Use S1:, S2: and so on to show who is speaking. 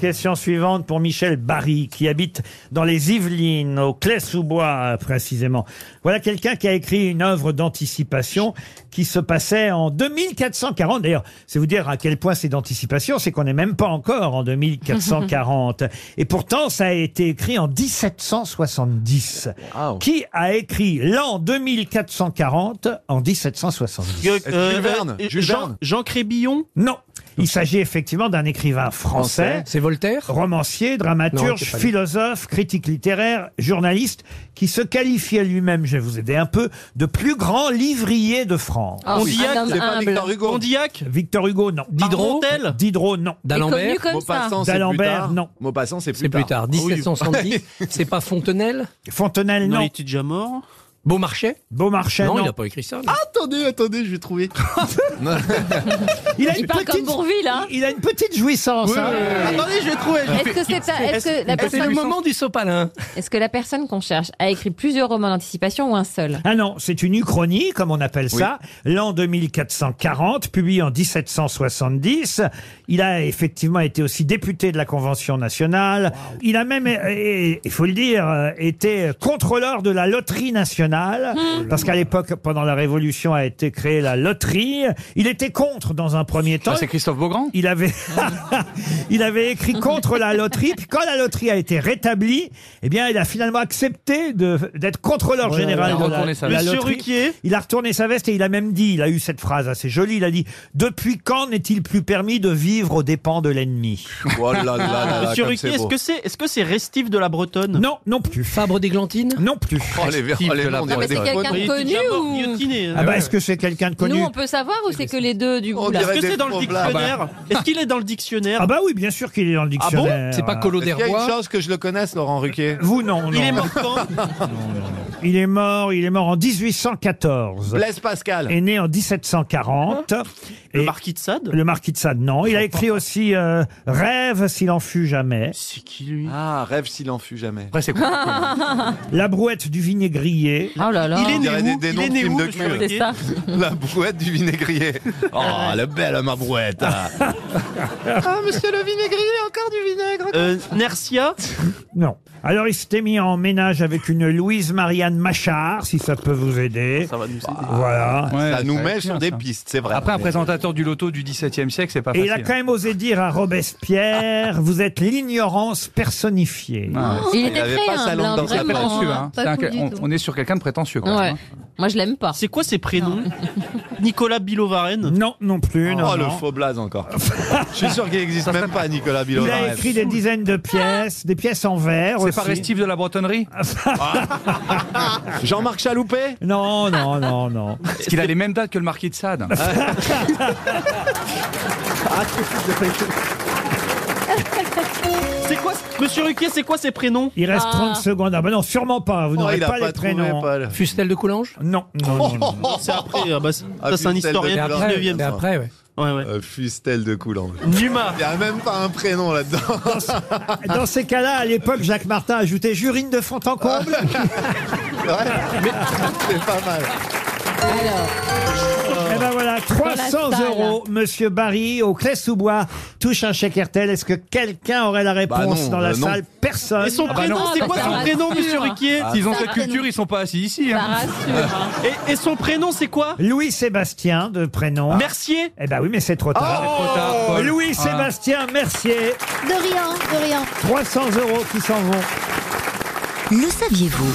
S1: Question suivante pour Michel Barry, qui habite dans les Yvelines, au Clay-sous-Bois euh, précisément. Voilà quelqu'un qui a écrit une œuvre d'anticipation qui se passait en 2440. D'ailleurs, c'est vous dire à quel point c'est d'anticipation, c'est qu'on n'est même pas encore en 2440. Et pourtant, ça a été écrit en 1770. Qui a écrit l'an 2440 en 1770
S2: Euh,
S3: Jules Verne, Jules Verne.
S4: Jean Crébillon
S1: Non. Il s'agit effectivement d'un écrivain français,
S4: C'est Voltaire
S1: romancier,
S4: Non,
S1: dramaturge,
S4: c'est pas lui.
S1: philosophe, critique littéraire, journaliste, qui se qualifiait lui-même, je vais vous aider un peu, de plus grand livrier de France.
S5: Ah,
S4: Condillac,
S5: un homme
S3: C'est pas
S5: humble.
S3: Victor Hugo.
S4: Condillac
S1: Victor Hugo, non.
S4: Diderot
S1: Marmontel Diderot, non.
S5: Connu
S4: D'Alembert
S5: comme ça.
S3: Maupassant, c'est plus
S1: D'Alembert,
S3: tard.
S1: non.
S3: Maupassant, c'est plus,
S4: C'est plus tard,
S3: Ah oui.
S4: 1770. C'est pas Fontenelle
S1: Fontenelle,
S2: Non,
S1: non.
S2: il était déjà mort.
S4: Beaumarchais
S1: Beaumarchais, non.
S4: Non, il n'a pas écrit ça. lui.
S3: attendez, attendez, je vais trouver.
S1: Il a
S5: Il
S1: une
S5: parle comme
S1: petite...
S5: Bourville, hein
S1: Il a une petite jouissance. hein.
S3: Attendez, je vais trouver.
S5: Est-ce que c'est ça- est-ce que la
S4: Eh, C'est
S5: personne
S4: le moment du sopalin.
S5: est-ce que la personne qu'on cherche a écrit plusieurs romans d'anticipation ou un seul
S1: Ah non, c'est une uchronie, comme on appelle ça, l'an 2440, publié en 1770. Il a effectivement été aussi député de la Convention nationale. Il a même, euh, et- il faut le dire, euh, été contrôleur de la loterie nationale, parce qu'à l'époque, pendant la Révolution, a été créée la loterie. Il était contre dans un premier temps.
S6: Christophe Beaugrand
S1: Il avait, il avait écrit contre la loterie. Puis quand la loterie a été rétablie, eh bien, il a finalement accepté de- d'être contrôleur général
S6: il a
S1: de la,
S6: retourné sa
S1: de la
S6: veste.
S1: loterie. Il a retourné sa veste et il a même dit, il a eu cette phrase assez jolie, il a dit « Depuis quand n'est-il plus permis de vivre aux dépens de l'ennemi
S3: Oh là là là là,
S2: Monsieur
S3: comme
S2: Ruquier,
S3: c'est
S2: est-ce
S3: beau.
S2: que c'est est-ce que c'est restif de la Bretonne ?»
S1: Non, non plus.
S4: Fabre d'Églantine
S1: Non plus.
S3: Oh les verres, oh, les
S6: Steve
S3: noms, on
S6: de la
S3: dirait
S5: mais
S3: des
S5: c'est quelqu'un
S3: potes.
S2: Il était déjà
S5: Inconnu
S2: mort,
S5: ou-
S2: guillotiné, hein.
S1: Ah bah, est-ce que c'est quelqu'un de connu
S5: Nous, on peut savoir ou c'est que les deux du
S3: On
S5: coup là
S3: dirait-
S2: Est-ce que
S3: des
S2: c'est dans le
S3: problèmes.
S2: dictionnaire Est-ce qu'il est dans le dictionnaire
S1: bah. Ah bah oui, bien sûr qu'il est dans le
S2: Ah bon
S1: dictionnaire.
S4: C'est pas Collot
S3: Est-ce euh, qu'il y a une
S4: d'Herbois
S3: chance que je le connaisse, Laurent Ruquier
S1: Vous, non, non.
S2: Il est mort quand
S1: Il est mort, il est mort en 1814.
S3: Blaise Pascal.
S1: Est né en 1740.
S2: Le
S1: Et-
S2: marquis de Sade
S1: Le marquis de Sade, non. Il a écrit aussi euh, Rêve s'il en fut jamais,
S2: C'est qui lui
S3: Ah, rêve s'il en fut jamais.
S6: Après, c'est quoi
S1: La brouette du vinaigrier.
S5: Oh là là.
S2: Il est
S3: On dirait des-
S2: né où
S3: des
S2: Il
S3: noms
S2: est
S3: de
S2: né
S3: films
S2: où
S3: de
S2: Monsieur
S3: cul.
S2: Ruquier
S5: C'est ça.
S3: La brouette du vinaigrier. Oh, la belle ma brouette. Ah, monsieur le vinaigrier, encore du vinaigre.
S2: Euh, Nercia
S1: Non. Alors il s'était mis en ménage avec une Louise Marianne Machard, si ça peut vous aider.
S2: Ça va nous aider.
S6: Ah,
S1: Voilà.
S3: Ça nous met sur des pistes, c'est vrai. Oh,
S6: Après, un présentateur du loto du XVIIe siècle, c'est pas
S1: Et il
S6: facile.
S1: a quand même osé dire à Robespierre, vous êtes l'ignorance personnifiée.
S6: Ah,
S5: Il
S3: Il
S5: était
S3: avait
S5: très
S3: pas sa
S5: humble,
S3: langue
S5: hein,
S3: dans sa
S5: vraiment,
S3: poche.
S6: prétentieux,
S5: hein,
S6: hein. C'est
S5: pas
S6: un-
S5: cool du
S6: on,
S5: tout. Ah,
S6: on est sur quelqu'un de prétentieux. Quand
S5: Ouais.
S6: même, hein.
S5: Moi, je l'aime pas.
S2: C'est quoi ses prénoms Nicolas Bilovaren
S1: Non, non plus. non,
S3: Oh, le
S1: non.
S3: faux blaze encore. Je suis sûr qu'il n'existe même pas, Nicolas
S1: Il
S3: Bilodin.
S1: a écrit des dizaines de pièces, des pièces en verre. aussi.
S6: C'est pas Restif de la Bretonnerie
S5: Ah, bah,
S3: Jean-Marc Chaloupé
S1: Non, non, non, non.
S6: Parce qu'il a les mêmes dates que le marquis de Sade.
S5: Ah,
S2: C'est quoi Monsieur Ruquier, c'est quoi ses prénoms
S1: Il reste
S5: Ah.
S1: 30 secondes. Ah bah non, sûrement pas. Vous
S3: Oh,
S1: n'aurez
S3: Il a
S1: pas,
S3: pas
S1: les
S3: trouvé,
S1: prénoms.
S3: Paul. Oh,
S4: Fustel de Coulanges
S1: Non, non, non, non.
S2: Non, C'est après, ah bah, c'est-
S3: Ah,
S2: ça c'est un
S3: Fustel de
S2: historien du
S3: Coulanges.
S2: 19 e
S4: C'est après, ouais.
S2: Ouais, ouais.
S3: Euh, Fustel de Coulanges.
S2: Numa
S3: Il n'y a même pas un prénom là-dedans.
S1: Dans ces cas-là, à l'époque, Jacques Martin ajoutait Jurine de Fontencomble.
S3: C'est pas mal.
S1: Eh ben voilà, 300
S5: salle.
S1: euros. Monsieur Barry, au Clé-sous-Bois, touche un chèque RTL. Est-ce que quelqu'un aurait la réponse
S3: Bah non,
S1: dans la
S3: euh, non.
S1: salle Personne.
S2: Et son
S6: bah
S2: prénom,
S5: non.
S2: c'est quoi
S5: Ah, bah,
S2: son
S5: ça
S2: prénom,
S5: rassure.
S2: Monsieur Ruquier
S6: S'ils ont
S5: bah, ça
S6: cette
S5: rappelle-
S6: culture, ils sont pas assis ici.
S5: Ça
S6: hein.
S5: rassure. hein.
S2: et, et son prénom, c'est quoi
S1: Louis-Sébastien, de prénom.
S3: Ah.
S2: Mercier
S1: Eh ben oui, mais c'est trop tard.
S6: Trop tard,
S5: oh,
S3: Oh.
S6: Paul. Ah.
S1: Louis-Sébastien Mercier,
S7: De rien, de rien.
S1: 300 euros qui s'en vont.
S8: Le saviez-vous